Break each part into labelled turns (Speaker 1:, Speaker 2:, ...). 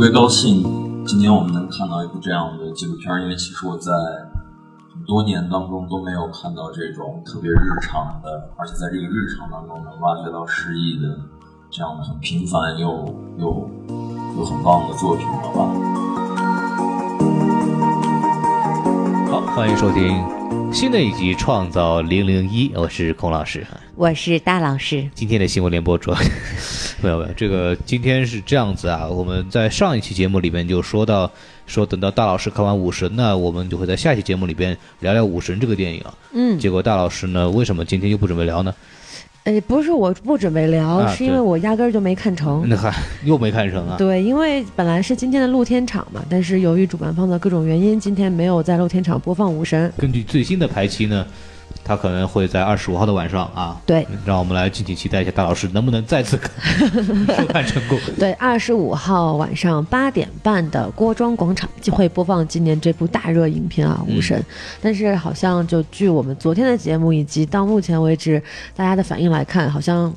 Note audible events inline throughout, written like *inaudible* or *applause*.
Speaker 1: 别高兴，今天我们能看到一部这样的纪录片儿，因为其实我在很多年当中都没有看到这种特别日常的，而且在这个日常当中能挖掘到诗意的这样的很平凡又又又很棒的作品了吧？
Speaker 2: 好，欢迎收听新的一集《创造零零一》，我是孔老师。
Speaker 3: 我是大老师，
Speaker 2: 今天的新闻联播主要 *laughs* 没有没有，这个今天是这样子啊，我们在上一期节目里边就说到，说等到大老师看完《武神》呢，我们就会在下期节目里边聊聊《武神》这个电影啊。
Speaker 3: 嗯，
Speaker 2: 结果大老师呢，为什么今天又不准备聊呢？
Speaker 3: 呃，不是我不准备聊，
Speaker 2: 啊
Speaker 3: 是因为
Speaker 2: 对
Speaker 3: 我压根儿就没看成。
Speaker 2: 那还又没看成啊？
Speaker 3: 嗯对，因为本来是今天的露天场嘛，但是由于主办方的各种原因，今天没有在露天场播放《武神》。
Speaker 2: 根据最新的排期呢，他可能会在二十五号的晚上啊。
Speaker 3: 对
Speaker 2: 让我们来敬请期待一下大老师能不能再次 *laughs* 看收看成功。
Speaker 3: 对，二十五号晚上八点半的郭庄广场就会播放今年这部大热影片啊《武神》
Speaker 2: 嗯
Speaker 3: 但是好像就据我们昨天的节目以及到目前为止大家的反应来看，好像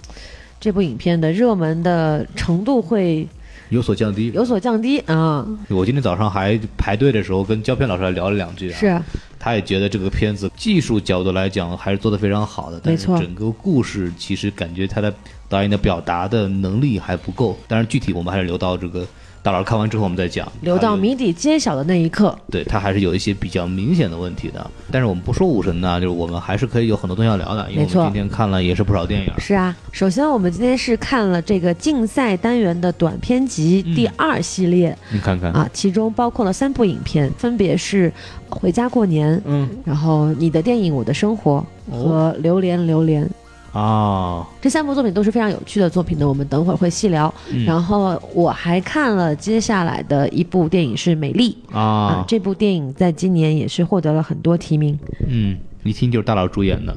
Speaker 3: 这部影片的热门的程度会
Speaker 2: 有所降低。
Speaker 3: 有所降低啊。
Speaker 2: 我今天早上还排队的时候跟胶片老师还聊了两句、啊，
Speaker 3: 是，
Speaker 2: 他也觉得这个片子技术角度来讲还是做得非常好的，但
Speaker 3: 没
Speaker 2: 是
Speaker 3: 错
Speaker 2: 整个故事其实感觉他的导演的表达的能力还不够。当然具体我们还是留到这个大老师看完之后我们再讲，
Speaker 3: 留到
Speaker 2: 还有
Speaker 3: 谜底揭晓的那一刻。
Speaker 2: 对他还是有一些比较明显的问题的。但是我们不说武神呢，就是我们还是可以有很多东西要聊的，因为我
Speaker 3: 没错
Speaker 2: 们今天看了也是不少电影。
Speaker 3: 是啊，首先我们今天是看了这个竞赛单元的短片集
Speaker 2: 嗯
Speaker 3: 第二系列、
Speaker 2: 你看看，
Speaker 3: 啊，其中包括了三部影片，分别是《回家过年》，
Speaker 2: 嗯
Speaker 3: 然后《你的电影我的生活》
Speaker 2: 哦
Speaker 3: 和《榴莲榴莲》。
Speaker 2: 啊，
Speaker 3: 这三部作品都是非常有趣的作品的，我们等会儿会细聊。
Speaker 2: 嗯
Speaker 3: 然后我还看了接下来的一部电影是《美丽》
Speaker 2: 啊，
Speaker 3: 这部电影在今年也是获得了很多提名。
Speaker 2: 嗯，一听就是大佬主演的，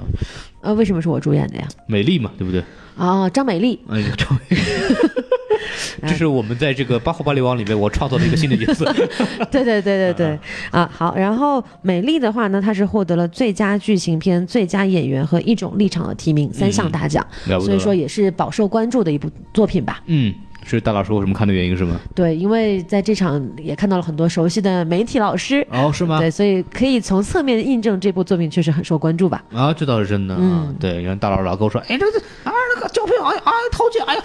Speaker 3: 呃，为什么是我主演的呀？
Speaker 2: 美丽嘛，对不对？
Speaker 3: 哦，张美丽，
Speaker 2: 哎呀，这 *laughs* 这是我们在这个《八号巴黎王》里面我创造的一个新的角色。
Speaker 3: 对对对对
Speaker 2: 嗯
Speaker 3: 对，啊好，然后美丽的话呢，她是获得了最佳剧情片、最佳演员和一种立场的提名三项大奖，
Speaker 2: *laughs* 嗯了不得
Speaker 3: 所以说也是饱受关注的一部作品吧。
Speaker 2: 嗯，是大老师为什么看的原因是吗？
Speaker 3: 对，因为在这场也看到了很多熟悉的媒体老师，
Speaker 2: 哦，是吗
Speaker 3: 对，所以可以从侧面印证这部作品确实很受关注吧。
Speaker 2: 啊，这倒是真的啊
Speaker 3: 嗯！
Speaker 2: 对，然后大老师老跟我说：“哎，这这啊，那个胶片，哎哎，掏钱，哎 *laughs* 呀，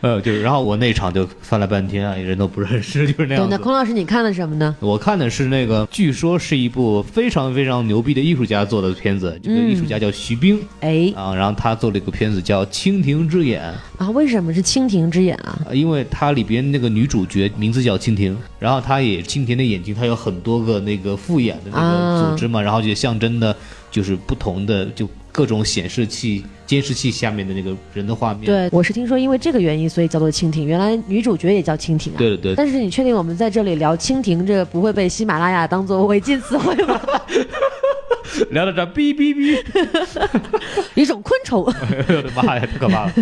Speaker 2: 呃，就是，然后我那场就翻了半天啊，人都不认识，就是那
Speaker 3: 对，
Speaker 2: 样
Speaker 3: 那
Speaker 2: 子。
Speaker 3: 孔老师你看了什么呢？
Speaker 2: 我看的是那个，据说是一部非常非常牛逼的艺术家做的片子，这个艺术家叫徐冰、
Speaker 3: 哎
Speaker 2: 啊，然后他做了一个片子叫《蜻蜓之眼》，
Speaker 3: 啊，为什么是蜻蜓之眼啊？
Speaker 2: 呃因为它里边那个女主角名字叫蜻蜓，然后她也蜻蜓的眼睛，它有很多个那个复眼的那个
Speaker 3: 啊
Speaker 2: 组织嘛，然后也象征的，就是不同的就各种显示器、监视器下面的那个人的画面。
Speaker 3: 对，我是听说因为这个原因，所以叫做蜻蜓。原来女主角也叫蜻蜓啊。
Speaker 2: 对对对，
Speaker 3: 但是你确定我们在这里聊蜻蜓这个不会被喜马拉雅当做违禁词汇 *laughs* 吗？
Speaker 2: 聊到这儿，哔哔哔， *laughs*
Speaker 3: 一种昆虫，
Speaker 2: 哎呦我的妈呀，太可怕了！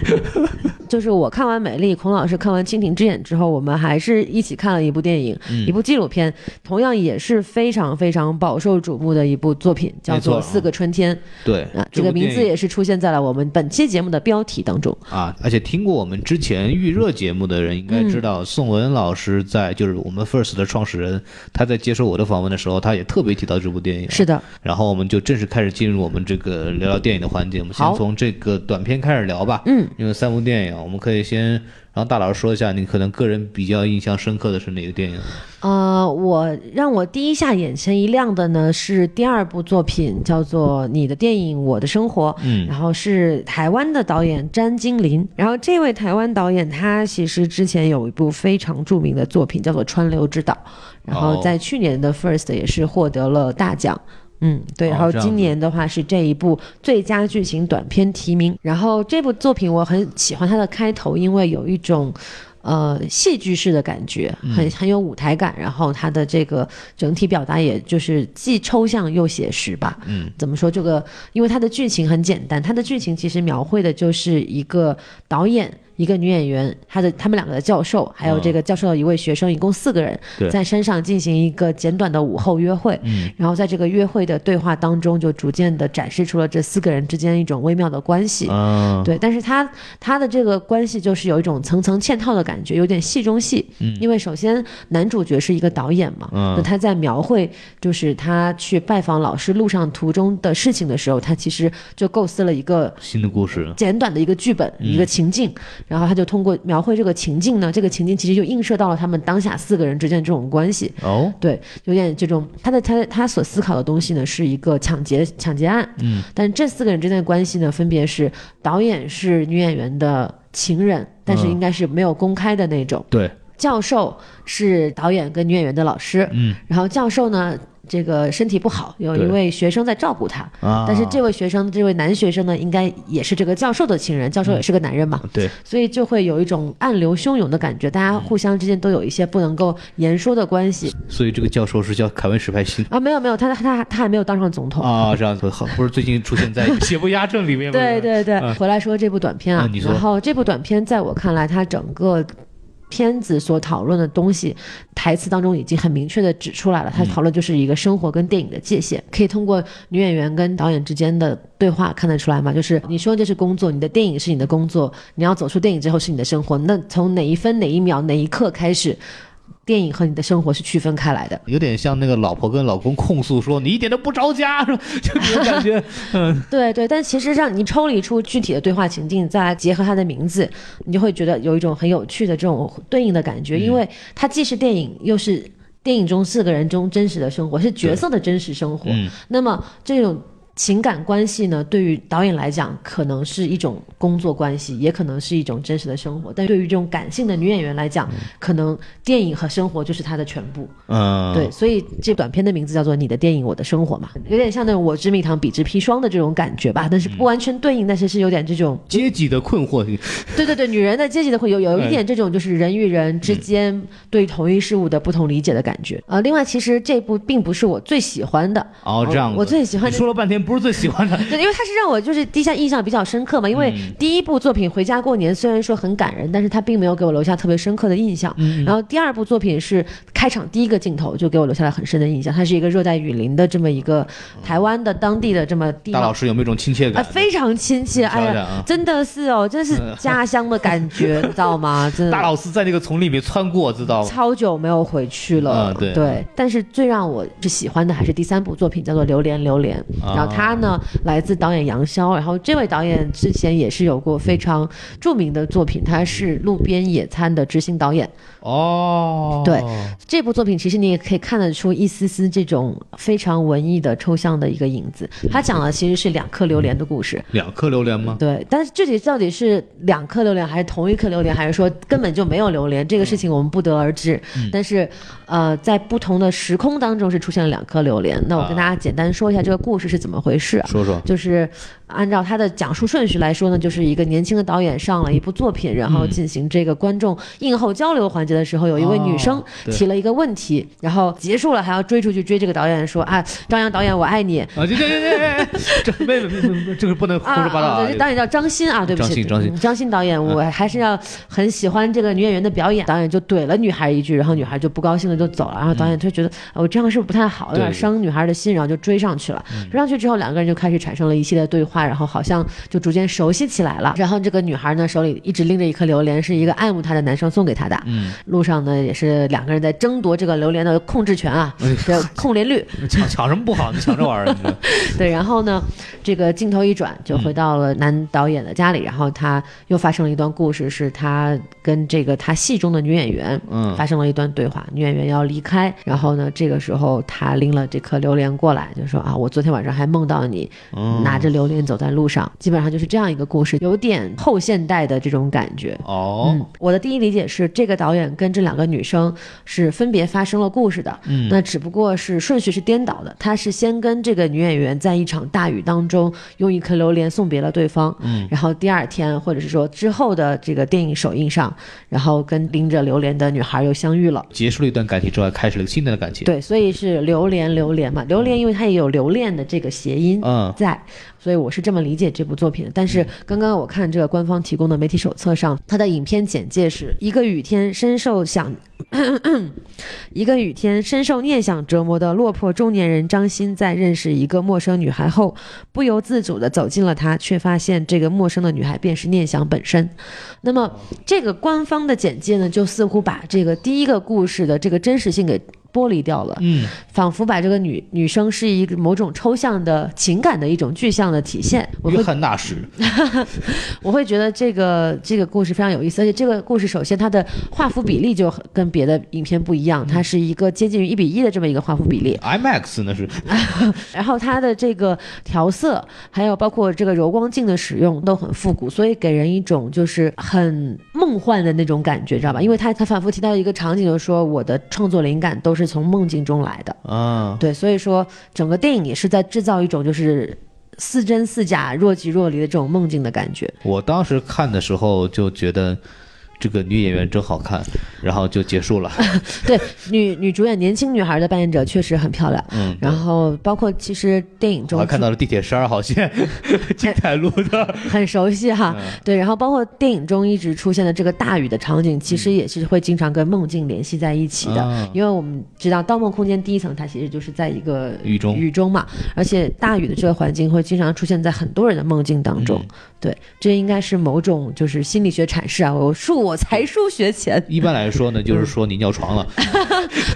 Speaker 3: *laughs* 就是我看完《美丽》，孔老师看完《蜻蜓之眼》之后，我们还是一起看了一部电影，
Speaker 2: 嗯
Speaker 3: 一部纪录片，同样也是非常非常饱受瞩目的一部作品，叫做
Speaker 2: 没
Speaker 3: 《
Speaker 2: 错啊
Speaker 3: 四个春天》
Speaker 2: 对
Speaker 3: 啊，这个
Speaker 2: 部电
Speaker 3: 名字
Speaker 2: 影
Speaker 3: 也是出现在了我们本期节目的标题当中。
Speaker 2: 啊，而且听过我们之前预热节目的人应该
Speaker 3: 嗯
Speaker 2: 知道，宋文老师在就是我们 First 的创始人，他在接受我的访问的时候，他也特别提到这部电影。啊
Speaker 3: 是的，
Speaker 2: 然后我们就正式开始进入我们这个聊聊电影的环节。我们先
Speaker 3: 好
Speaker 2: 从这个短片开始聊吧。
Speaker 3: 嗯，
Speaker 2: 因为三部电影，我们可以先让大老师说一下，你可能个人比较印象深刻的是哪个电影？
Speaker 3: 呃，我让我第一下眼前一亮的呢是第二部作品，叫做《你的电影我的生活》，
Speaker 2: 嗯
Speaker 3: 然后是台湾的导演詹金林，然后这位台湾导演他其实之前有一部非常著名的作品叫做《川流之岛》，然
Speaker 2: 哦
Speaker 3: 后在去年的 First 也是获得了大奖。嗯，对，
Speaker 2: 哦
Speaker 3: 然后
Speaker 2: 这样子
Speaker 3: 今年的话是这一部最佳剧情短片提名。然后这部作品我很喜欢它的开头，因为有一种呃戏剧式的感觉，嗯很很有舞台感。然后它的这个整体表达，也就是既抽象又写实吧。
Speaker 2: 嗯，
Speaker 3: 怎么说这个？因为它的剧情很简单，它的剧情其实描绘的就是一个导演一个女演员，她的他们两个的教授，还有这个教授的一位学生，一共四个人嗯
Speaker 2: 对
Speaker 3: 在山上进行一个简短的午后约会。
Speaker 2: 嗯
Speaker 3: 然后在这个约会的对话当中，就逐渐的展示出了这四个人之间一种微妙的关系。
Speaker 2: 啊，
Speaker 3: 对，但是他他的这个关系就是有一种层层嵌套的感觉，有点戏中戏。
Speaker 2: 嗯
Speaker 3: 因为首先男主角是一个导演嘛，
Speaker 2: 嗯
Speaker 3: 那他在描绘就是他去拜访老师路上途中的事情的时候，他其实就构思了一个
Speaker 2: 新的故事，
Speaker 3: 简短的一个剧本，
Speaker 2: 嗯
Speaker 3: 一个情境，然后他就通过描绘这个情境呢，这个情境其实就映射到了他们当下四个人之间这种关系。
Speaker 2: 哦，
Speaker 3: 对，有点这种他的他的他所思考的东西呢，是一个抢劫抢劫案，
Speaker 2: 嗯，
Speaker 3: 但是这四个人之间的关系呢，分别是导演是女演员的情人，但是
Speaker 2: 嗯
Speaker 3: 应该是没有公开的那种，
Speaker 2: 对，
Speaker 3: 教授是导演跟女演员的老师，
Speaker 2: 嗯
Speaker 3: 然后教授呢。这个身体不好，有一
Speaker 2: 对
Speaker 3: 位学生在照顾他，
Speaker 2: 啊，
Speaker 3: 但是这位学生，这位男学生呢，应该也是这个教授的情人，教
Speaker 2: 嗯
Speaker 3: 授也是个男人嘛，
Speaker 2: 对，
Speaker 3: 所以就会有一种暗流汹涌的感觉，大家
Speaker 2: 嗯
Speaker 3: 互相之间都有一些不能够言说的关系
Speaker 2: 所以这个教授是叫凯文史派
Speaker 3: *laughs*
Speaker 2: 西。
Speaker 3: 啊。没有没有，他他他还没有当上总统。
Speaker 2: 啊，这样子好，不是最近出现在邪不压正里面吗？
Speaker 3: *laughs* 对对对，
Speaker 2: 啊
Speaker 3: 回来说这部短片啊，
Speaker 2: 啊你说
Speaker 3: 然后这部短片在我看来，它整个。片子所讨论的东西，台词当中已经很明确的指
Speaker 2: 嗯
Speaker 3: 出来了。它讨论就是一个生活跟电影的界限，可以通过女演员跟导演之间的对话看得出来嘛？就是你说这是工作，你的电影是你的工作，你要走出电影之后是你的生活。那从哪一分哪一秒哪一刻开始，电影和你的生活是区分开来的。
Speaker 2: 有点像那个老婆跟老公控诉说你一点都不着家，是吧？就这种感
Speaker 3: *laughs*
Speaker 2: 觉。嗯，
Speaker 3: 对对，但其实让你抽离出具体的对话情境，再来结合它的名字，你就会觉得有一种很有趣的这种对应的感觉，因为它既是电影，又是电影中四个人中真实的生活，是角色的真实生活。
Speaker 2: 嗯
Speaker 3: 那么这种。情感关系呢，对于导演来讲，可能是一种工作关系，也可能是一种真实的生活。但对于这种感性的女演员来讲，可能电影和生活就是她的全部。
Speaker 2: 嗯
Speaker 3: 对，，所以这短片的名字叫做《你的电影我的生活》嘛，有点像那种“我之蜜糖，彼之砒霜”的这种感觉吧，但是不完全对应，但是是有点这种，
Speaker 2: 阶级的困惑，
Speaker 3: 对对对，女人的阶级的会有有一点这种，就是人与人之间对同一事物的不同理解的感觉。呃，另外其实这部并不是我最喜欢的，
Speaker 2: 哦，这样子。
Speaker 3: 我最喜欢
Speaker 2: 你
Speaker 3: 的。
Speaker 2: 说了半天不是最喜欢
Speaker 3: *laughs*
Speaker 2: 的，
Speaker 3: 对，因为它是让我就是第一下印象比较深刻嘛，因为
Speaker 2: 嗯
Speaker 3: 第一部作品《回家过年》虽然说很感人，但是它并没有给我留下特别深刻的印象。
Speaker 2: 嗯
Speaker 3: 然后第二部作品是开场第一个镜头就给我留下了很深的印象，它是一个热带雨林的这么一个台湾的当地的这么
Speaker 2: 嗯
Speaker 3: 地
Speaker 2: 大老
Speaker 3: 貌。
Speaker 2: 师有没有一种亲切
Speaker 3: 啊，
Speaker 2: 感？
Speaker 3: 非常亲切，
Speaker 2: 你瞧
Speaker 3: 哎
Speaker 2: 一下
Speaker 3: 呀，
Speaker 2: 啊
Speaker 3: 真的是哦，
Speaker 2: *laughs*
Speaker 3: 真是家乡的感觉，你知道吗？真的，
Speaker 2: 大老师在那个丛里面穿过，知道吗？
Speaker 3: 超久没有回去了，
Speaker 2: 嗯哦对
Speaker 3: 但是最让我是喜欢的还是第三部作品，叫做《榴莲榴莲》。
Speaker 2: 啊
Speaker 3: 然后它呢来自导演杨逍，然后这位导演之前也是有过非常著名的作品，他是《路边野餐》的执行导演。
Speaker 2: 哦，
Speaker 3: 对这部作品其实你也可以看得出一丝丝这种非常文艺的抽象的一个影子。他讲的其实是两颗榴莲的故事。
Speaker 2: 两颗榴莲吗？
Speaker 3: 对，但是具体到底是两颗榴莲，还是同一颗榴莲，还是说根本就没有榴莲，
Speaker 2: 嗯
Speaker 3: 这个事情我们不得而知。但是，呃，在不同的时空当中是出现了两颗榴莲。那我跟大家简单说一下这个故事是怎么回事啊？
Speaker 2: 啊说说，
Speaker 3: 就是按照他的讲述顺序来说呢，就是一个年轻的导演上了一部作品，然后
Speaker 2: 嗯
Speaker 3: 进行这个观众映后交流环节的时候，有一位女生
Speaker 2: 哦对
Speaker 3: 提了一个问题，然后结束了还要追出去追这个导演说啊，张扬导演我爱你，
Speaker 2: 啊，这这这这这这妹妹，这个不能 *laughs* 胡说八道
Speaker 3: 啊！对这导演叫张欣啊，对不
Speaker 2: 张
Speaker 3: 起，
Speaker 2: 欣张欣
Speaker 3: 嗯张欣导演，我还是要很喜欢这个女演员的表演。导演就怼了女孩一句，然后女孩就不高兴了就走了，然后导演就觉得、啊我这样是不是不太好，有点
Speaker 2: 对嗯
Speaker 3: 伤女孩的心，然后就追上去了。追上去之后，两个人就开始产生了一系列对话，然后好像呃就逐渐熟悉起来了。然后这个女孩呢，手里一直拎着一颗榴莲，是一个爱慕她的男生送给她的。
Speaker 2: 嗯，
Speaker 3: 路上呢，也是两个人在争夺这个榴莲的控制权
Speaker 2: 哎
Speaker 3: 啊，这控莲率。
Speaker 2: 抢抢什么不好？你抢这玩意儿你这，
Speaker 3: 对，然后呢，这个镜头一转就回到了男导演的家里，然后他又发生了一段故事，是他跟这个他戏中的女演员
Speaker 2: 嗯
Speaker 3: 发生了一段对话，女演员要离开，然后呢，这个时候他拎了这颗榴莲过来，就说啊，我昨天晚上还梦到你拿着榴莲走在路上，基本上就是这样一个故事，有点后现代的这种感觉。
Speaker 2: 哦，
Speaker 3: 嗯，我的第一理解是，这个导演跟这两个女生是分别发生了故事的，
Speaker 2: 嗯
Speaker 3: 那只不过是顺序是颠倒的。他是先跟这个女演员在一场大雨当中用一颗榴莲送别了对方，
Speaker 2: 嗯，
Speaker 3: 然后第二天或者是说之后的这个电影首映上，然后跟拎着榴莲的女孩又相遇了。
Speaker 2: 结束了一段感情之外，开始了一个新的感情。
Speaker 3: 对，所以是榴莲，榴莲嘛，榴莲，因为它也有留恋的这个谐谐音
Speaker 2: 嗯
Speaker 3: 在，所以我是这么理解这部作品的。但是刚刚我看这个官方提供的媒体手册上，它的影片简介是一个雨天深受想。 *clears throat* 一个雨天深受念想折磨的落魄中年人张欣，在认识一个陌生女孩后，不由自主地走进了她，却发现这个陌生的女孩便是念想本身。那么，这个官方的简介呢，就似乎把这个第一个故事的这个真实性给剥离掉了。
Speaker 2: 嗯，
Speaker 3: 仿佛把这个女女生是一个某种抽象的情感的一种具象的体现。我
Speaker 2: 约
Speaker 3: 会
Speaker 2: 翰纳什，
Speaker 3: 我会觉得这个这个故事非常有意思，而且这个故事首先它的画幅比例就很跟别的影片不一样，它是一个接近于一比一的这么一个画幅比例。
Speaker 2: IMAX 那是，
Speaker 3: 然后它的这个调色，还有包括这个柔光镜的使用都很复古，所以给人一种就是很梦幻的那种感觉，知道吧？因为他他反复提到一个场景，就是说我的创作灵感都是从梦境中来的，
Speaker 2: 啊，
Speaker 3: 对，所以说整个电影也是在制造一种就是似真似假、若即若离的这种梦境的感觉。
Speaker 2: 我当时看的时候就觉得这个女演员真好看，然后就结束了。
Speaker 3: 对，女女主演年轻女孩的扮演者确实很漂亮，
Speaker 2: 嗯，
Speaker 3: 然后包括其实电影
Speaker 2: 我
Speaker 3: 中
Speaker 2: 还看到了地铁十二号
Speaker 3: *laughs*
Speaker 2: 线金凯路的，
Speaker 3: 很熟悉哈，
Speaker 2: 嗯
Speaker 3: 对，然后包括电影中一直出现的这个大雨的场景，其实也是会经常跟梦境联系在一起的，
Speaker 2: 嗯啊
Speaker 3: 因为我们知道《盗梦空间》第一层它其实就是在一个
Speaker 2: 雨中
Speaker 3: 雨中嘛，而且大雨的这个环境会经常出现在很多人的梦境当中，
Speaker 2: 嗯
Speaker 3: 对，这应该是某种就是心理学阐释啊，我恕我才疏
Speaker 2: *laughs*
Speaker 3: 学浅，
Speaker 2: 一般来说呢，就是说你尿床了，
Speaker 3: 嗯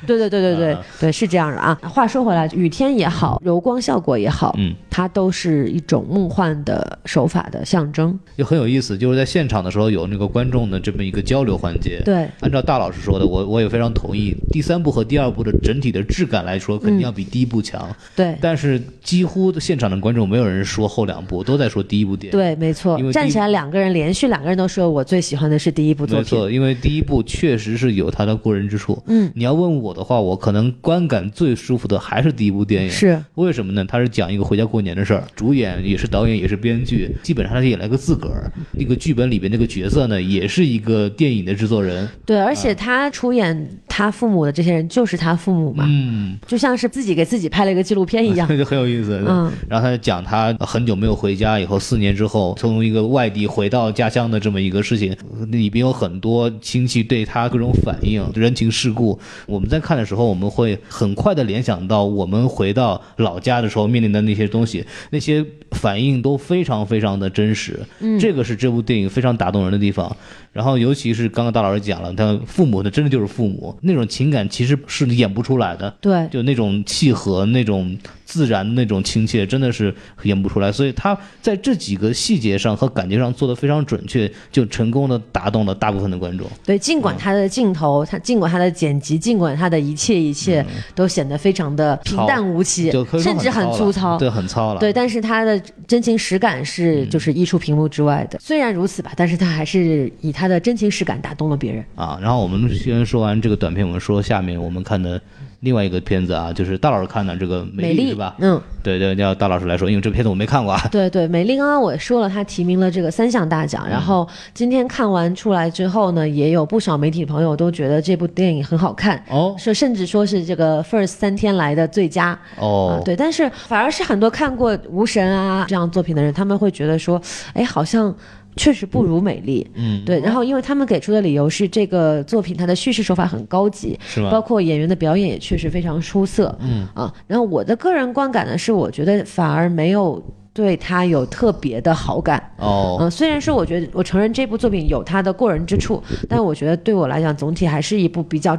Speaker 3: 对对对对对、
Speaker 2: 啊
Speaker 3: 对，是这样的啊。话说回来，雨天也好，柔光效果也好，
Speaker 2: 嗯，
Speaker 3: 它都是一种梦幻的手法的象征，
Speaker 2: 就很有意思。就是在现场的时候有那个观众的这么一个交流环节。
Speaker 3: 对。
Speaker 2: 按照大老师说的，我我也非常同意。第三部和第二部的整体的质感来说，肯定要
Speaker 3: 嗯
Speaker 2: 比第一部强。
Speaker 3: 对，
Speaker 2: 但是几乎现场的观众没有人说后两部，都在说第一部电影。
Speaker 3: 对，没错
Speaker 2: 因为，第
Speaker 3: 站
Speaker 2: 一
Speaker 3: 起来两个人连续两个人都说，我最喜欢的是第一部作
Speaker 2: 没
Speaker 3: 品。
Speaker 2: 错，因为第一部确实是有它的过人之处。
Speaker 3: 嗯，
Speaker 2: 你要问我的话，我可能观感最舒服的还是第一部电影。
Speaker 3: 是
Speaker 2: 为什么呢？它是讲一个回家过年的事儿，主演也是导演也是编剧，基本上他演了个自个儿。那个剧本里边那个角色呢，也是一个电影的制作人。
Speaker 3: 对，而
Speaker 2: 啊
Speaker 3: 且他出演他父母的这些人就是他父母嘛，
Speaker 2: 嗯，
Speaker 3: 就像是自己给自己拍了一个纪录片一样。
Speaker 2: 那 *laughs* 就很有意思。
Speaker 3: 嗯，
Speaker 2: 然后他就讲他很久没有回家以后，四年之后从一个外地回到家乡的这么一个事情，里边有很多亲戚对他各种反应、人情世故。我们在看的时候，我们会很快的联想到我们回到老家的时候面临的那些东西，那些反应都非常非常的真实。嗯，这个是这部电影非常打动人的地方。然后，尤其是刚刚大老师讲了，他父母的真的就是父母，那种情感其实是演不出来的。
Speaker 3: 对，
Speaker 2: 就那种契合、那种自然、那种亲切，真的是演不出来。所以他在这几个细节上和感觉上做得非常准确，就成功的打动了大部分的观众。
Speaker 3: 对，尽管他的镜头，他尽管他的剪辑，尽管他的一切一切都显得非常的平
Speaker 2: 糙
Speaker 3: 淡无奇
Speaker 2: 嗯就可，以说
Speaker 3: 甚至很粗
Speaker 2: 了
Speaker 3: 糙。
Speaker 2: 对，嗯很糙了。
Speaker 3: 对，但是他的真情实感是就是溢出屏幕之外的。虽然如此吧，但是他还是以他的真情实感打动了别人。
Speaker 2: 啊，然后我们先说完这个短片，我们说下面我们看的另外一个片子啊，就是大老师看的这个《美
Speaker 3: 美
Speaker 2: 丽》
Speaker 3: 丽
Speaker 2: 是吧？
Speaker 3: 嗯，
Speaker 2: 对对，要大老师来说，因为这片子我没看过啊。
Speaker 3: 对对，美丽刚刚我也说了，她提名了这个三项大
Speaker 2: 嗯
Speaker 3: 奖，然后今天看完出来之后呢，也有不少媒体朋友都觉得这部电影很好看，
Speaker 2: 哦
Speaker 3: 说甚至说是这个 First 三天来的最佳。啊
Speaker 2: 哦，，
Speaker 3: 对，但是反而是很多看过《无神啊》这样作品的人，他们会觉得说，哎，好像确实不如美丽。
Speaker 2: 嗯，
Speaker 3: 对，然后因为他们给出的理由是这个作品它的叙事手法很高级，
Speaker 2: 是吗
Speaker 3: 包括演员的表演也确实非常出色。嗯啊，然后我的个人观感呢是，我觉得反而没有对他有特别的好感。
Speaker 2: 哦，
Speaker 3: 嗯，虽然说我觉得我承认这部作品有它的过人之处，
Speaker 2: 嗯
Speaker 3: 但我觉得对我来讲，总体还是一部比较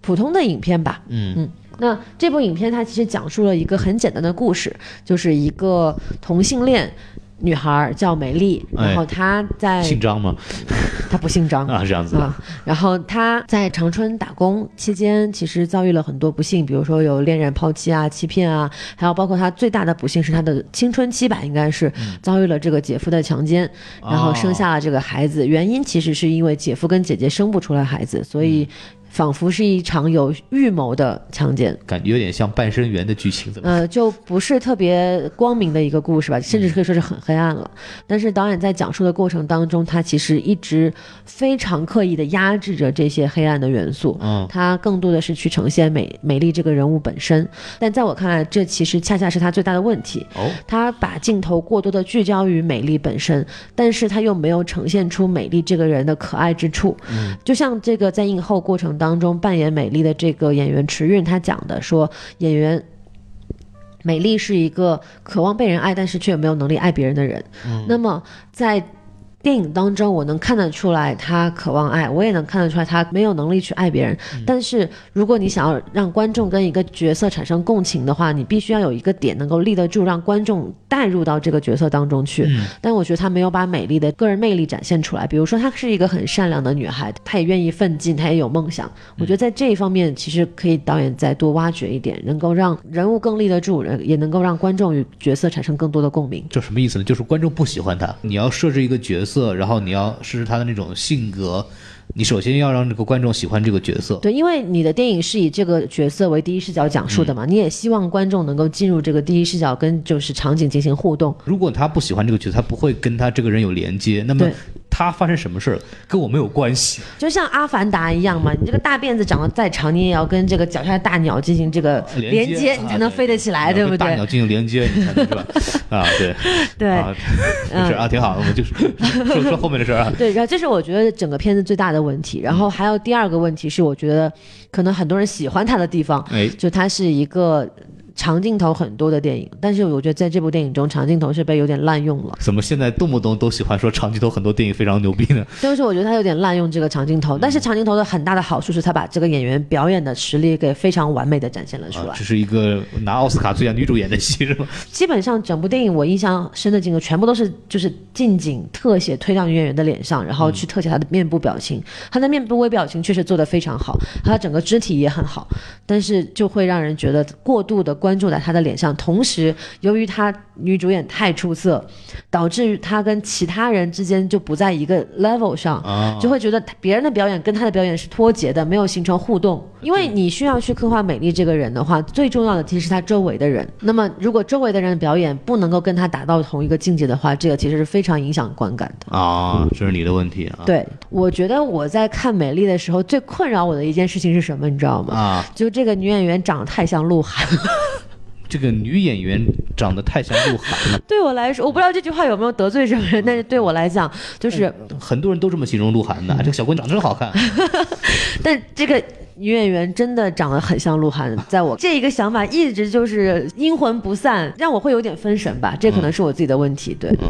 Speaker 3: 普通的影片吧。
Speaker 2: 嗯
Speaker 3: 嗯。那这部影片它其实讲述了一个很简单的故事，就是一个同性恋女孩叫美丽，
Speaker 2: 哎
Speaker 3: 然后她在、
Speaker 2: 姓张吗？
Speaker 3: 她不姓张
Speaker 2: 啊，这样子的。
Speaker 3: 啊，然后她在长春打工期间，其实遭遇了很多不幸，比如说有恋人抛弃啊、欺骗啊，还有包括她最大的不幸是她的青春期吧，应该是
Speaker 2: 嗯
Speaker 3: 遭遇了这个姐夫的强奸，
Speaker 2: 哦嗯
Speaker 3: 然后生下了这个孩子。原因其实是因为姐夫跟姐姐生不出来孩子，所以。仿佛是一场有预谋的强奸。
Speaker 2: 感觉有点像半生缘的剧情，怎么？嗯
Speaker 3: 呃，就不是特别光明的一个故事吧，甚至可以说是很黑暗了。但是导演在讲述的过程当中，他其实一直非常刻意的压制着这些黑暗的元素，
Speaker 2: 嗯，
Speaker 3: 他更多的是去呈现美美丽这个人物本身。但在我看来，这其实恰恰是他最大的问题。
Speaker 2: 哦，
Speaker 3: 他把镜头过多的聚焦于美丽本身，但是他又没有呈现出美丽这个人的可爱之处。
Speaker 2: 嗯，
Speaker 3: 就像这个在映后过程当中扮演美丽的这个演员池韵，她讲的说，演员美丽是一个渴望被人爱，但是却没有能力爱别人的人。那么在电影当中，我能看得出来他渴望爱，我也能看得出来他没有能力去爱别人。但是，如果你想要让观众跟一个角色产生共情的话，你必须要有一个点能够立得住，让观众带入到这个角色当中去。
Speaker 2: 嗯
Speaker 3: 但我觉得他没有把美丽的个人魅力展现出来。比如说，她是一个很善良的女孩，她也愿意奋进，她也有梦想。我觉得在这一方面，其实可以导演再多挖掘一点，能够让人物更立得住，人也能够让观众与角色产生更多的共鸣。
Speaker 2: 就什么意思呢？就是观众不喜欢他，你要设置一个角色，然后你要设置他的那种性格，你首先要让这个观众喜欢这个角色。
Speaker 3: 对，因为你的电影是以这个角色为第一视角讲述的嘛，你也希望观众能够进入这个第一视角，跟就是场景进行互动。
Speaker 2: 如果他不喜欢这个角色，他不会跟他这个人有连接，那么
Speaker 3: 对
Speaker 2: 他发生什么事儿跟我没有关系。
Speaker 3: 就像《阿凡达》一样嘛，你这个大辫子长得再长，你也要跟这个脚下的大鸟进行这个 *laughs* 连接，
Speaker 2: 啊
Speaker 3: 你才能飞得起来，
Speaker 2: 对
Speaker 3: 对不
Speaker 2: 跟大
Speaker 3: 对
Speaker 2: 鸟？进行连接，你才能
Speaker 3: *laughs*
Speaker 2: 是吧？啊，对，
Speaker 3: 对、嗯
Speaker 2: 啊，没事啊，挺好，我们就 *laughs* 说说说后面的事儿啊。
Speaker 3: 对，然后这是我觉得整个片子最大的问题。然
Speaker 2: 嗯
Speaker 3: 后还有第二个问题是，我觉得可能很多人喜欢它的地方，
Speaker 2: 哎，
Speaker 3: 就它是一个长镜头很多的电影，但是我觉得在这部电影中，长镜头是被有点滥用了。
Speaker 2: 怎么现在动不动都喜欢说长镜头很多电影非常牛逼呢？
Speaker 3: 就是我觉得他有点滥用这个长镜头，
Speaker 2: 嗯
Speaker 3: 但是长镜头的很大的好处是他把这个演员表演的实力给非常完美的展现了出来。
Speaker 2: 啊，这是一个拿奥斯卡最佳女主演的戏是吧？
Speaker 3: 基本上整部电影我印象深的镜头全部都是就是近景特写推到女演员的脸上，然后去特写她的面部表情。她的面部微表情确实做得非常好，她整个肢体也很好，但是就会让人觉得过度的关注在她的脸上。同时，由于她女主演太出色，导致于她跟其他人之间就不在一个 level 上。
Speaker 2: 啊，
Speaker 3: 就会觉得他别人的表演跟他的表演是脱节的，没有形成互动。因为你需要去刻画美丽这个人的话，最重要的其实是他周围的人。那么，如果周围的人的表演不能够跟他达到同一个境界的话，这个其实是非常影响观感的。
Speaker 2: 啊，这是你的问题啊。
Speaker 3: 对，我觉得我在看美丽的时候，最困扰我的一件事情是什么，你知道吗？
Speaker 2: 啊，
Speaker 3: 就这个女演员长得太像鹿晗，
Speaker 2: 这个女演员长得太像鹿晗了，
Speaker 3: *laughs* 对我来说，我不知道这句话有没有得罪什么
Speaker 2: 嗯
Speaker 3: 人，但是对我来讲，就是
Speaker 2: 很多人都这么形容鹿晗 *laughs* 的，这个小姑娘长得真好看。
Speaker 3: 但这个女演员真的长得很像鹿晗，在我这一个想法一直就是阴魂不散，让我会有点分神吧，这可能是我自己的问题。对，
Speaker 2: 嗯，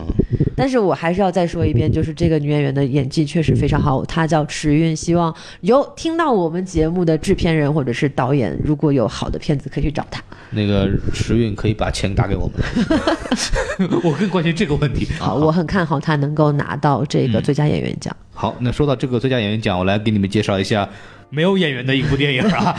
Speaker 3: 但是我还是要再说一遍，就是这个女演员的演技确实非常好，她叫池韵。希望有听到我们节目的制片人或者是导演，如果有好的片子可以去找她。
Speaker 2: 那个时运可以把钱打给我们， *laughs* 我更关心这个问题
Speaker 3: 啊，我很看好她能够拿到这个
Speaker 2: 嗯
Speaker 3: 最佳演员奖。
Speaker 2: 好，那说到这个最佳演员奖，我来给你们介绍一下没有演员的一部电影 *laughs* 啊。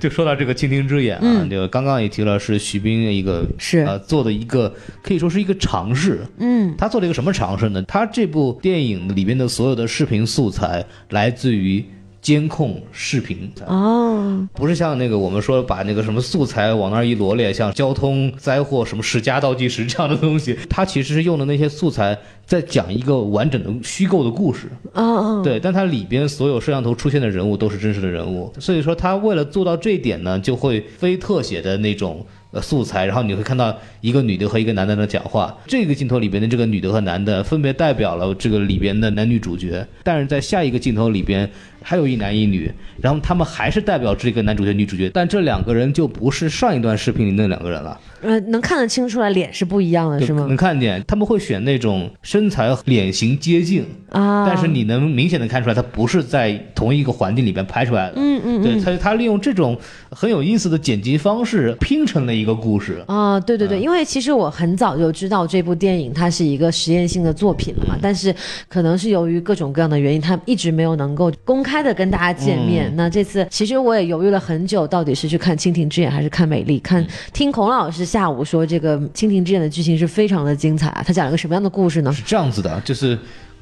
Speaker 2: 就说到这个《蜻蜓之眼》啊，这个刚刚也提了，是徐冰的一个
Speaker 3: 是
Speaker 2: 呃做的一个可以说是一个尝试。
Speaker 3: 嗯，
Speaker 2: 他做了一个什么尝试呢？他这部电影里面的所有的视频素材来自于监控视频。
Speaker 3: 哦，
Speaker 2: 不是像那个我们说把那个什么素材往那儿一罗列，像交通灾祸什么十佳倒计时这样的东西，它其实是用的那些素材在讲一个完整的虚构的故事。
Speaker 3: 哦哦，
Speaker 2: 对，但它里边所有摄像头出现的人物都是真实的人物，所以说他为了做到这一点呢，就会非特写的那种。呃，素材，然后你会看到一个女的和一个男的在讲话。这个镜头里边的这个女的和男的分别代表了这个里边的男女主角，但是在下一个镜头里边还有一男一女，然后他们还是代表这个男主角、女主角，但这两个人就不是上一段视频里那两个人了。
Speaker 3: 呃，能看得清出来脸是不一样的，
Speaker 2: 就是
Speaker 3: 吗
Speaker 2: 能？看见他们会选那种身材、脸型接近，
Speaker 3: 啊，
Speaker 2: 但是你能明显的看出来，它不是在同一个环境里边拍出来的。
Speaker 3: 嗯嗯
Speaker 2: 对，他他利用这种很有意思的剪辑方式拼成了一个故事。
Speaker 3: 啊、对对对，因为其实我很早就知道这部电影它是一个实验性的作品了嘛，但是可能是由于各种各样的原因，它一直没有能够公开的跟大家见面。那这次其实我也犹豫了很久，到底是去看《蜻蜓之眼》还是看《美丽》？看听孔老师下午说，这个《蜻蜓之眼》的剧情是非常的精彩啊，他讲了个什么样的故事呢？
Speaker 2: 是这样子的，就是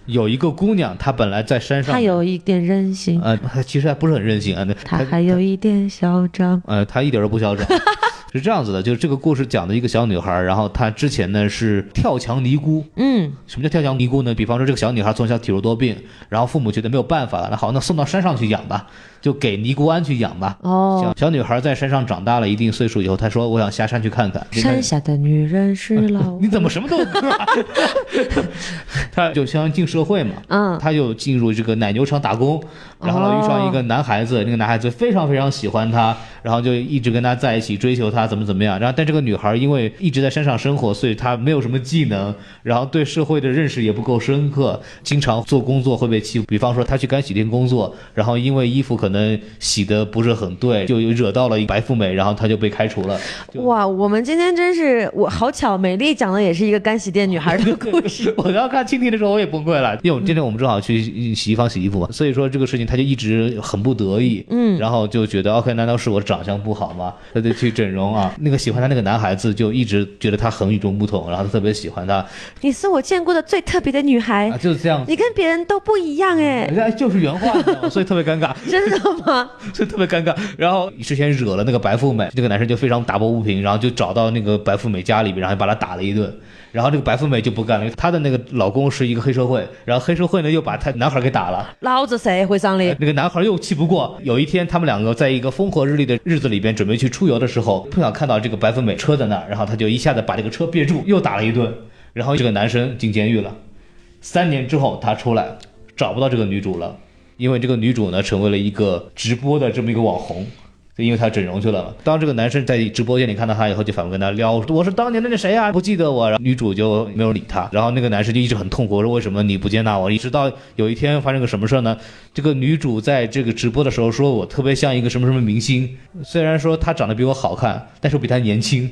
Speaker 2: 有一个姑娘，她本来在山上，
Speaker 3: 他有一点任性，
Speaker 2: 呃，她其实还不是很任性啊，那
Speaker 3: 他还有一点嚣张。
Speaker 2: 呃，她一点都不
Speaker 3: *laughs*
Speaker 2: 嚣张。是这样子的，就是这个故事讲的一个小女孩，然后她之前呢是跳墙尼姑。
Speaker 3: 嗯，
Speaker 2: 什么叫跳墙尼姑呢？比方说这个小女孩从小体弱多病，然后父母觉得没有办法了，那好，那送到山上去养吧，就给尼姑庵去养吧。
Speaker 3: 哦
Speaker 2: 小，小女孩在山上长大了一定岁数以后，她说我想下山去看看。
Speaker 3: 山下的女人是老
Speaker 2: 你怎么什么都？她就相当于进社会嘛。
Speaker 3: 嗯，
Speaker 2: 她就进入这个奶牛场打工，然后呢遇上一个男孩子，那个男孩子非常非常喜欢她，然后就一直跟她在一起，追求她，怎么怎么样。然后但这个女孩因为一直在山上生活，所以她没有什么技能，然后对社会的认识也不够深刻，经常做工作会被欺负。比方说她去干洗店工作，然后因为衣服可能洗的不是很对，就惹到了白富美，然后她就被开除了。就
Speaker 3: 哇，我们今天真是我好巧，美丽讲的也是一个干洗店女孩
Speaker 2: *laughs*
Speaker 3: 的故事。
Speaker 2: 我要看蜻蜓的时候，我也崩溃了，因为我们今天我们正好去洗衣房洗衣服嘛，所以说这个事情他就一直很不得意，嗯，然后就觉得 OK，难道是我长相不好吗？他就去整容啊。 *laughs* 那个喜欢他那个男孩子就一直觉得他很与众不同，然后他特别喜欢他，
Speaker 3: 你是我见过的最特别的女孩，
Speaker 2: 啊，就是这样子。
Speaker 3: 你跟别人都不一样哎，
Speaker 2: 哎，就是原话，你知道吗所以 *laughs* 特别尴尬，
Speaker 3: 真的吗？
Speaker 2: *laughs* 所以特别尴尬。然后之前惹了那个白富美，这个男生就非常打抱不平，然后就找到那个白富美家里边，然后把她打了一顿。然后这个白富美就不干了，因为她的那个老公是一个黑社会，然后黑社会呢又把她男孩给打了，
Speaker 3: 老子谁会上力？
Speaker 2: 那个男孩又气不过。有一天，他们两个在一个风和日丽的日子里边准备去出游的时候，碰巧看到这个白富美车在那儿，然后他就一下子把这个车别住，又打了一顿。然后这个男生进监狱了，三年之后他出来，找不到这个女主了，因为这个女主呢成为了一个直播的这么一个网红。就因为她整容去了嘛。当这个男生在直播间里看到她以后，就反复跟她撩，我是当年的那谁啊，不记得我。然后女主就没有理他，然后那个男生就一直很痛苦，说为什么你不接纳我？一直到有一天发生个什么事儿呢？这个女主在这个直播的时候说，我特别像一个什么什么明星，虽然说她长得比我好看，但是我比她年轻。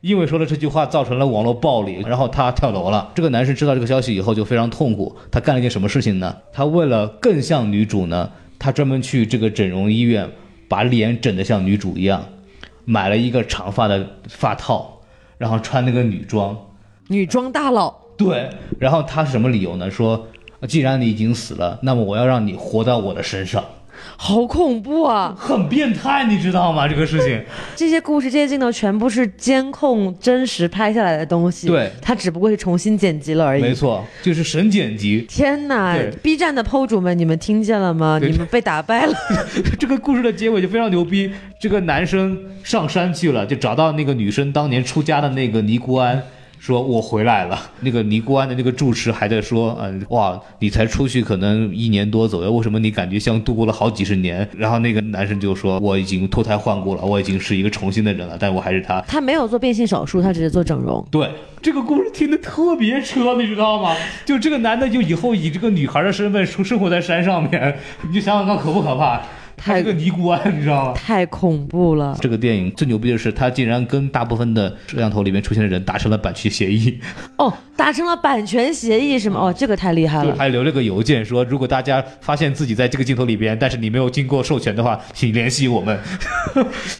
Speaker 2: 因为说了这句话，造成了网络暴力，然后她跳楼了。这个男生知道这个消息以后就非常痛苦，他干了一件什么事情呢？他为了更像女主呢，他专门去这个整容医院把脸整得像女主一样，买了一个长发的发套，然后穿那个女装，
Speaker 3: 女装大佬，
Speaker 2: 对，然后他是什么理由呢？说，既然你已经死了，那么我要让你活到我的身上，
Speaker 3: 好恐怖啊！
Speaker 2: 很变态，你知道吗？这个事情，
Speaker 3: 这些故事、这些镜头全部是监控真实拍下来的东西，
Speaker 2: 对
Speaker 3: 它只不过是重新剪辑了而
Speaker 2: 没
Speaker 3: 已。
Speaker 2: 错，就是神剪辑。
Speaker 3: 天哪
Speaker 2: 对
Speaker 3: ！B 站的 PO 主们，你们听见了吗？
Speaker 2: 对
Speaker 3: 你们被打败了。
Speaker 2: *laughs* 这个故事的结尾就非常牛逼，这个男生上山去了，就找到那个女生当年出家的那个尼姑庵。说我回来了，那个尼姑庵的那个住持还在说，嗯、哇，你才出去可能一年多左右，为什么你感觉像度过了好几十年？然后那个男生就说，我已经脱胎换骨了，我已经是一个重新的人了，但我还是他。
Speaker 3: 他没有做变性手术，他只是做整容。
Speaker 2: 对，这个故事听得特别扯，你知道吗？就这个男的就以后以这个女孩的身份生生活在山上面，你就想想看可不可怕？他
Speaker 3: 太
Speaker 2: 是个尼姑庵，你知道吗？
Speaker 3: 太恐怖了！
Speaker 2: 这个电影最牛逼的是，它竟然跟大部分的摄像头里面出现的人达成了版权协议，
Speaker 3: 哦，达成了版权协议是吗？哦，这个太厉害
Speaker 2: 就
Speaker 3: 了。
Speaker 2: 还留了个邮件说，如果大家发现自己在这个镜头里边，但是你没有经过授权的话，请联系我们。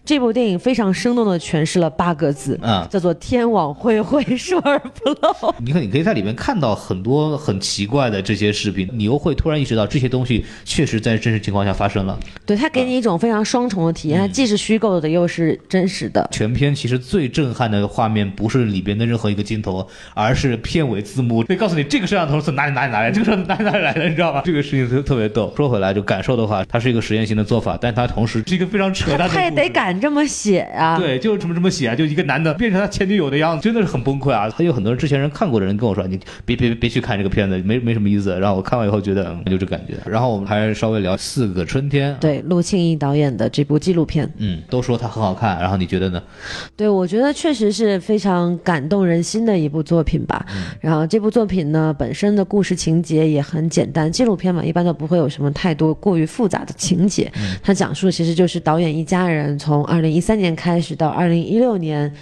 Speaker 3: 这部电影非常生动的诠释了八个字，
Speaker 2: 嗯
Speaker 3: 叫做“天网恢恢， *laughs* 疏而不漏
Speaker 2: *laughs* 你看，你可以在里面看到很多很奇怪的这些视频，你又会突然意识到这些东西确实在真实情况下发生了。”。
Speaker 3: 对，它给你一种非常双重的体
Speaker 2: 嗯
Speaker 3: 验，它既是虚构的，又是真实的。
Speaker 2: 全片其实最震撼的画面不是里边的任何一个镜头，而是片尾字幕会告诉你这个摄像头是哪里哪里哪里来，这个摄像头哪里哪里来的，你知道吧？这个事情特特别逗。说回来，就感受的话，它是一个实验性的做法，但它同时是一个非常扯淡的故事。
Speaker 3: 他也得啊敢这么写呀、
Speaker 2: 对，就是这么这么写，就一个男的变成他前女友的样子，真的是很崩溃啊！还有很多人之前人看过的人跟我说，你别别别别去看这个片子，没没什么意思。然后我看完以后觉得，嗯就这感觉。然后我们还稍微聊《四个春天》。
Speaker 3: 对，陆庆义导演的这部纪录片，
Speaker 2: 嗯，都说它很好看，然后你觉得呢？
Speaker 3: *laughs* 对我觉得确实是非常感动人心的一部作品吧。然后这部作品呢，本身的故事情节也很简单，纪录片嘛，一般都不会有什么太多过于复杂的情节。它讲述的其实就是导演一家人从二零一三年开始到二零一六年。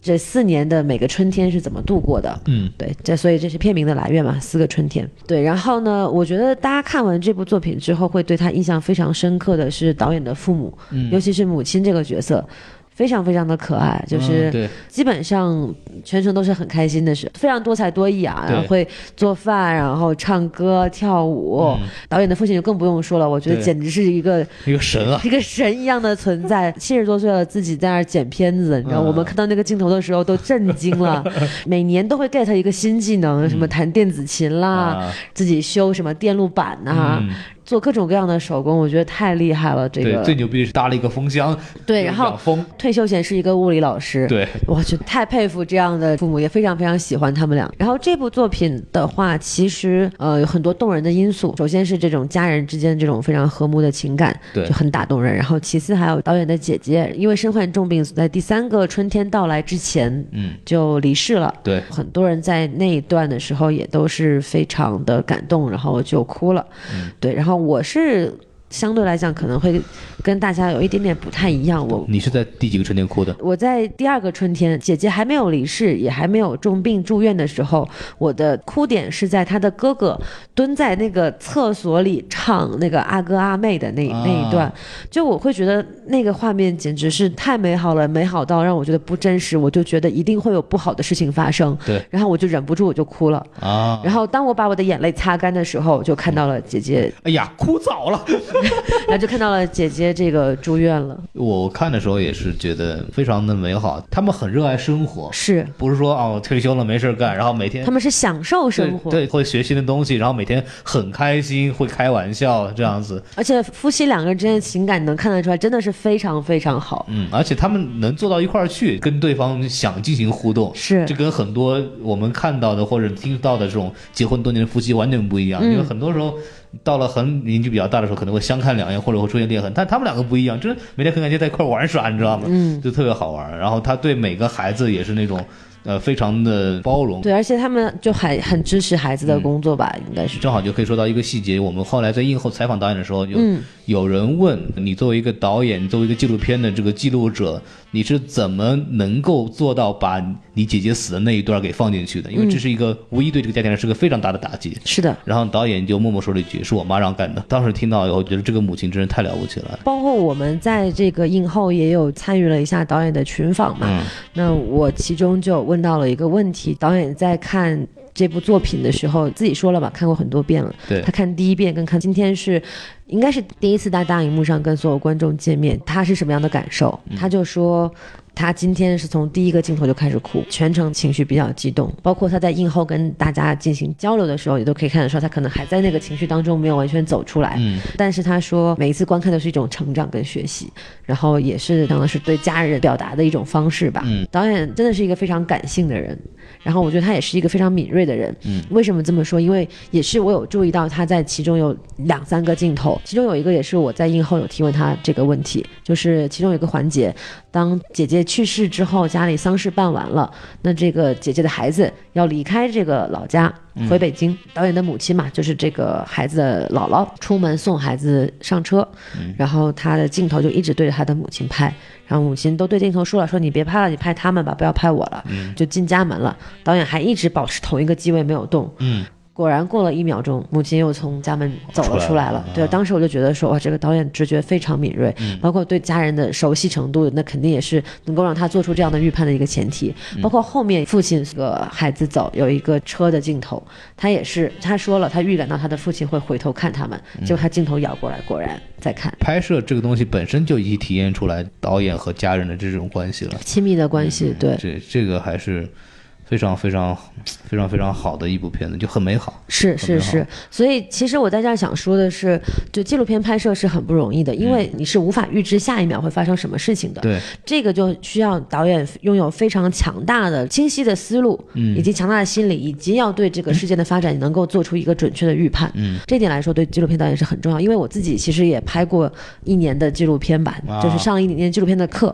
Speaker 3: 这四年的每个春天是怎么度过的？
Speaker 2: 嗯，
Speaker 3: 对，这所以这是片名的来源嘛，四个春天。对，然后呢，我觉得大家看完这部作
Speaker 2: 嗯
Speaker 3: 品之后，会对他印象非常深刻的是导演的父母，尤其是母亲这个角色。非常非常的可爱，就是、
Speaker 2: 嗯对，
Speaker 3: 基本上全程都是很开心的事，非常多才多艺啊，
Speaker 2: 对
Speaker 3: 然后会做饭，然后唱歌、跳舞。导演的父亲就更不用说了，我觉
Speaker 2: 嗯
Speaker 3: 得
Speaker 2: 对
Speaker 3: 简直是一个
Speaker 2: 一个神
Speaker 3: *laughs*
Speaker 2: 啊，
Speaker 3: 一个神一样的存在。
Speaker 2: *laughs*
Speaker 3: 七十多岁了，自己在那儿剪片子，你知道，
Speaker 2: 嗯
Speaker 3: 我们看到那个镜头的时候都震惊
Speaker 2: *laughs*
Speaker 3: 了。每年都会 get 一个新技能，什么弹电子琴啦，
Speaker 2: 嗯啊
Speaker 3: 自己修什么电路板呐、
Speaker 2: 嗯
Speaker 3: 做各种各样的手工，我觉得太厉害了。啊这
Speaker 2: 对，
Speaker 3: 个
Speaker 2: 最牛逼的是搭了一个风箱，
Speaker 3: 对
Speaker 2: 有
Speaker 3: 然后
Speaker 2: 养蜂，
Speaker 3: 退休前是一个物理老师，
Speaker 2: 对，
Speaker 3: 我去，太佩服这样的父母，也非常非常喜欢他们俩。然后这部作品的话，其实呃有很多动人的因素。首先是这种家人之间这种非常和睦的情感，
Speaker 2: 对
Speaker 3: 就很打动人。然后其次还有导演的姐姐，因为身患重病，在第三个春天到来之前
Speaker 2: 嗯，
Speaker 3: 就离世了。
Speaker 2: 对，
Speaker 3: 很多人在那一段的时候也都是非常的感动，然后就哭了。
Speaker 2: 嗯
Speaker 3: 对，然后我是相对来讲可能会跟大家有一点点不太一样，我
Speaker 2: 你是在第几个春天哭的？
Speaker 3: 我在第二个春天，姐姐还没有离世，也还没有重病住院的时候，我的哭点是在她的哥哥蹲在那个厕所里唱那个阿哥阿妹的那、
Speaker 2: 啊
Speaker 3: 那一段，就我会觉得那个画面简直是太美好了，美好到让我觉得不真实，我就觉得一定会有不好的事情发生，
Speaker 2: 对，
Speaker 3: 然后我就忍不住我就哭了。
Speaker 2: 啊，
Speaker 3: 然后当我把我的眼泪擦干的时候，就看到了姐姐， *laughs*
Speaker 2: 哎呀，哭早了。
Speaker 3: 然后就看到了姐姐这个住院了，
Speaker 2: 我看的时候也是觉得非常的美好，他们很热爱生活，
Speaker 3: 是，
Speaker 2: 不是说哦退休了没事儿干，然后每天
Speaker 3: 他们是享受生活，
Speaker 2: 对对会学新的东西，然后每天很开心，会开玩笑这样子，
Speaker 3: 而且夫妻两个人之间的情感能看得出来，真的是非常非常好。
Speaker 2: 嗯，而且他们能坐到一块儿去，跟对方想进行互动，
Speaker 3: 是
Speaker 2: 嗯这跟很多我们看到的或者听到的这种结婚多年的夫妻完全不一样，因为很多时候到了很年纪比较大的时候，可能会相看两厌，或者会出现裂痕，但他们两个不一样，真的每天很感觉在一块儿玩耍，你知道吗？嗯，就特别好玩儿。然后他对每个孩子也是那种呃非常的包容，
Speaker 3: 对，而且他们就还很支持孩子的工作吧，应该是。
Speaker 2: 正好就可以说到一个细节，我们后来在映后采访导演的时候，有、有人问你作为一个导演，你作为一个纪录片的这个记录者，你是怎么能够做到把你姐姐死的那一段给放进去的？因为这是一个、无疑对这个家庭来说是个非常大的打击。
Speaker 3: 是的，
Speaker 2: 然后导演就默默说了一句：“是我妈让干的。”当时听到以后，觉得这个母亲真是太了不起了。
Speaker 3: 包括我们在这个映后也有参与了一下导演的群访嘛。
Speaker 2: 嗯
Speaker 3: 那我其中就问到了一个问题，导演在看。这部作品的时候，自己说了吧，看过很多遍了。
Speaker 2: 对
Speaker 3: 他看第一遍跟看今天是，应该是第一次在大荧幕上跟所有观众见面，他是什么样的感受？
Speaker 2: 嗯
Speaker 3: 他就说，他今天是从第一个镜头就开始哭，全程情绪比较激动，包括他在映后跟大家进行交流的时候，也都可以看得出来，他可能还在那个情绪当中没有完全走出来。
Speaker 2: 嗯，
Speaker 3: 但是他说，每一次观看都是一种成长跟学习，然后也是可能是对家人表达的一种方式吧。
Speaker 2: 嗯，
Speaker 3: 导演真的是一个非常感性的人，然后我觉得他也是一个非常敏锐的人。嗯，为什么这么说？因为也是我有注意到他在其中有两三个镜头，其中有一个也是我在映后有提问他这个问题，就是其中有一个环节，当姐姐去世之后，家里丧事办完了，那这个姐姐的孩子要离开这个老家。回北京，导演的母亲嘛，就是这个孩子的姥姥，出门送孩子上车，
Speaker 2: 嗯
Speaker 3: 然后他的镜头就一直对着他的母亲拍，然后母亲都对镜头说了，说你别拍了，你拍他们吧，不要拍我了，
Speaker 2: 嗯
Speaker 3: 就进家门了。导演还一直保持同一个机位没有动，
Speaker 2: 嗯，
Speaker 3: 果然过了一秒钟，母亲又从家门走了
Speaker 2: 出
Speaker 3: 出
Speaker 2: 来
Speaker 3: 来
Speaker 2: 了啊嗯
Speaker 3: 了。对，当时我就觉得说，哇，这个导演直觉非常敏锐，包括对家人的熟悉程度，那肯定也是能够让他做出这样的预判的一个前提。
Speaker 2: 嗯
Speaker 3: 包括后面父亲这个孩子走有一个车的镜头，他也是他说了，他预感到他的父亲会回头看他们，
Speaker 2: 嗯
Speaker 3: 结果他镜头摇过来，果然在看。
Speaker 2: 拍摄这个东西本身就已经体现出来导演和家人的这种关系了。
Speaker 3: 亲密的关系，对，
Speaker 2: 嗯这这个还是非常非常非常非常好的一部片子，就很美好。
Speaker 3: 是
Speaker 2: 很
Speaker 3: 是
Speaker 2: 好
Speaker 3: 是，所以其实我在这儿想说的是，就纪录片拍摄是很不容易的，因为你是无法预知下一秒会发生什么事情的。
Speaker 2: 对，
Speaker 3: 这个就需要导演拥有非常强大的、清晰的思路，以及强大的心理，以及要对这个事件的发展能够做出一个准确的预判。嗯，这点来说，对纪录片导演是很重要。因为我自己其实也拍过一年的纪录片吧，
Speaker 2: 啊
Speaker 3: 就是上一年纪录片的课。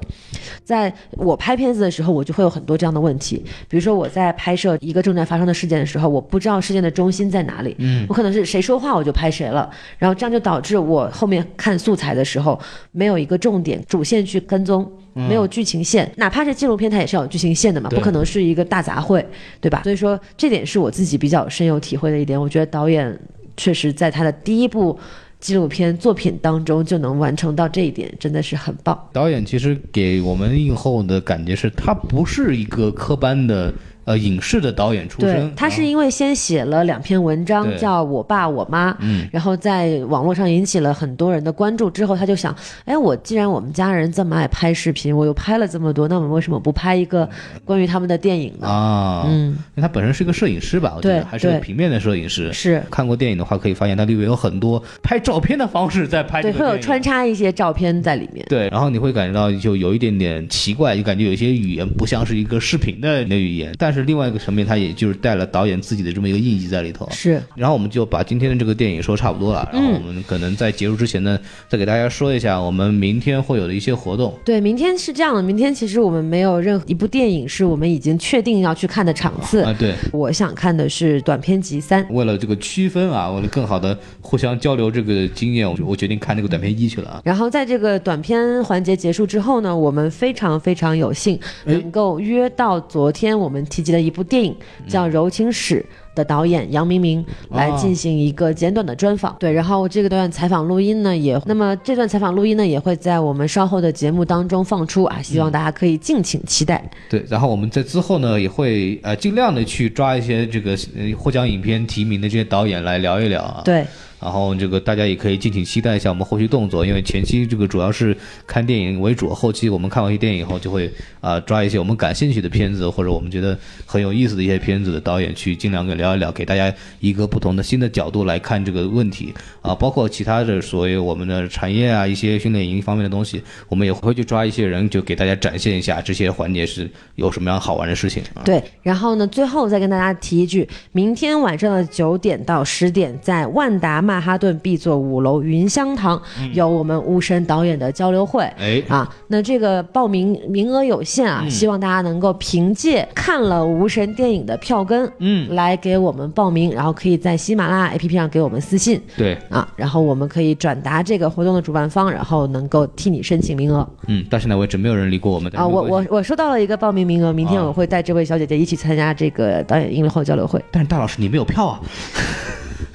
Speaker 3: 在我拍片子的时候，我就会有很多这样的问题，比如说我在拍摄一个正在发生的事件的时候，我不知道事件的中心在哪里，嗯，我可能是谁说话我就拍谁了，然后这样就导致我后面看素材的时候没有一个重点主线去跟踪。没有剧情线，哪怕是纪录片，它也是有剧情线的嘛，
Speaker 2: 对
Speaker 3: 不可能是一个大杂烩，对吧？所以说，这点是我自己比较深有体会的一点。我觉得导演确实在他的第一部纪录片作品当中就能完成到这一点，真的是很棒。
Speaker 2: 导演其实给我们映后的感觉是，他不是一个科班的呃影视的导演出
Speaker 3: 对
Speaker 2: 身，，
Speaker 3: 他是
Speaker 2: 啊
Speaker 3: 因为先写了两篇文章
Speaker 2: 对，
Speaker 3: 叫《我爸我妈》，
Speaker 2: 嗯
Speaker 3: 然后在网络上引起了很多人的关注之后，他就想，哎，我既然我们家人这么爱拍视频，我又拍了这么多，那我们为什么不拍一个关于他们的电影
Speaker 2: 嗯
Speaker 3: 呢？
Speaker 2: 啊，
Speaker 3: 嗯，
Speaker 2: 因为他本身是个摄影师吧，我觉
Speaker 3: 对
Speaker 2: 得还是个
Speaker 3: 对
Speaker 2: 平面的摄影师。
Speaker 3: 是
Speaker 2: 看过电影的话，可以发现它里面有很多拍照片的方式在拍这个
Speaker 3: 对，会有
Speaker 2: 电影
Speaker 3: 穿插一些照片在里面。
Speaker 2: 对，然后你会感觉到就有一点点奇怪，就感觉有些语言不像是一个视频的那语言，但是另外一个层面，它也就是带了导演自己的这么一个印记在里头。
Speaker 3: 是，
Speaker 2: 然后我们就把今天的这个电影说差不多了，然后我们可能在结束之前呢，再给大家说一下我们明天会有的一些活动。
Speaker 3: 对，明天是这样的，明天其实我们没有任何一部电影是我们已经确定要去看的场次。
Speaker 2: 啊，对，
Speaker 3: 我想看的是短片集三，
Speaker 2: 为了这个区分啊，为了更好的互相交流这个经验，我我决定看这个短片一去了啊。
Speaker 3: 然后在这个短片环节结束之后呢，我们非常非常有幸能够约到昨天我们提及的一部电影叫《柔情史》。的导演杨明明来进行一个简短的专访，对，然后这个段采访录音呢也，那么这段采访录音呢也会在我们稍后的节目当中放出啊，希望大家可以敬请期待。
Speaker 2: 对，然后我们在之后呢，也会呃尽量的去抓一些这个呃获奖影片提名的这些导演来聊一聊啊。
Speaker 3: 对，
Speaker 2: 然后这个大家也可以敬请期待一下我们后续动作，因为前期这个主要是看电影为主，后期我们看完一些电影以后，就会啊、呃抓一些我们感兴趣的片子或者我们觉得很有意思的一些片子的导演去尽量给聊一聊，给大家一个不同的新的角度来看这个问题啊，包括其他的所谓我们的产业啊，一些训练营方面的东西，我们也会去抓一些人，就给大家展现一下这些环节是有什么样好玩的事情啊。
Speaker 3: 对，然后呢，最后再跟大家提一句，明天晚上的九点到十点，在万达曼哈顿 B 座五楼云香堂、
Speaker 2: 嗯
Speaker 3: 有我们巫神导演的交流会。
Speaker 2: 哎，
Speaker 3: 啊，那这个报名名额有限
Speaker 2: 嗯
Speaker 3: 啊，希望大家能够凭借看了《无神》电影的票根，
Speaker 2: 嗯，
Speaker 3: 来给我们报名，然后可以在喜马拉雅 APP 上给我们私信
Speaker 2: 对，
Speaker 3: 啊，然后我们可以转达这个活动的主办方，然后能够替你申请名额
Speaker 2: 嗯，到现在为止没有人理过我们 *laughs*
Speaker 3: 啊。我我我收到了一个报名名额，明天我会带这位小姐姐一起参加这个导演映后交流会，
Speaker 2: 但是大老师你没有票啊。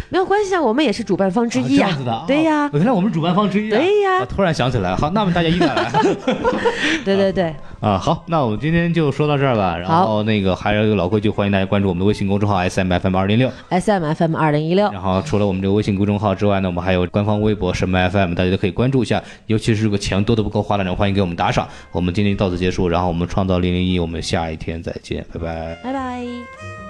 Speaker 3: 没有关系啊，我们也是主办方之
Speaker 2: 啊这
Speaker 3: 一呀
Speaker 2: 样子的啊，
Speaker 3: 对呀，
Speaker 2: 原来我们是主办方之一啊，
Speaker 3: 对呀
Speaker 2: 我突然想起来，好，那么大家一起
Speaker 3: *laughs*
Speaker 2: 来
Speaker 3: 对对对，
Speaker 2: 啊，好，那我们今天就说到这儿吧。然
Speaker 3: 好
Speaker 2: 后那个还有一个老规矩，欢迎大家关注我们的微信公众号 S M F M 二零六。
Speaker 3: S M F M 二零一六，
Speaker 2: 然后除了我们这个微信公众号之外呢，我们还有官方微博什么 FM，大家都可以关注一下。尤其是如果钱多的不够花的人，欢迎给我们打赏。我们今天到此结束，然后我们创造零零一，我们下一天再见，拜拜。
Speaker 3: 拜拜。